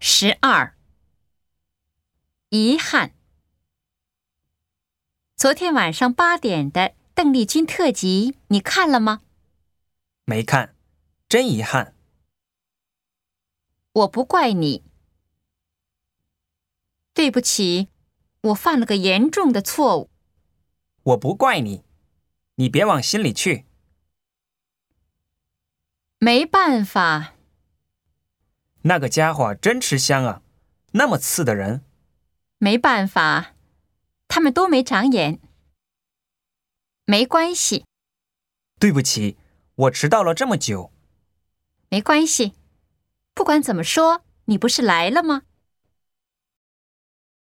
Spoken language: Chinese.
十二，遗憾。昨天晚上八点的邓丽君特辑，你看了吗？没看，真遗憾。我不怪你。对不起，我犯了个严重的错误。我不怪你，你别往心里去。没办法，那个家伙真吃香啊，那么次的人。没办法，他们都没长眼。没关系，对不起，我迟到了这么久。没关系。不管怎么说，你不是来了吗？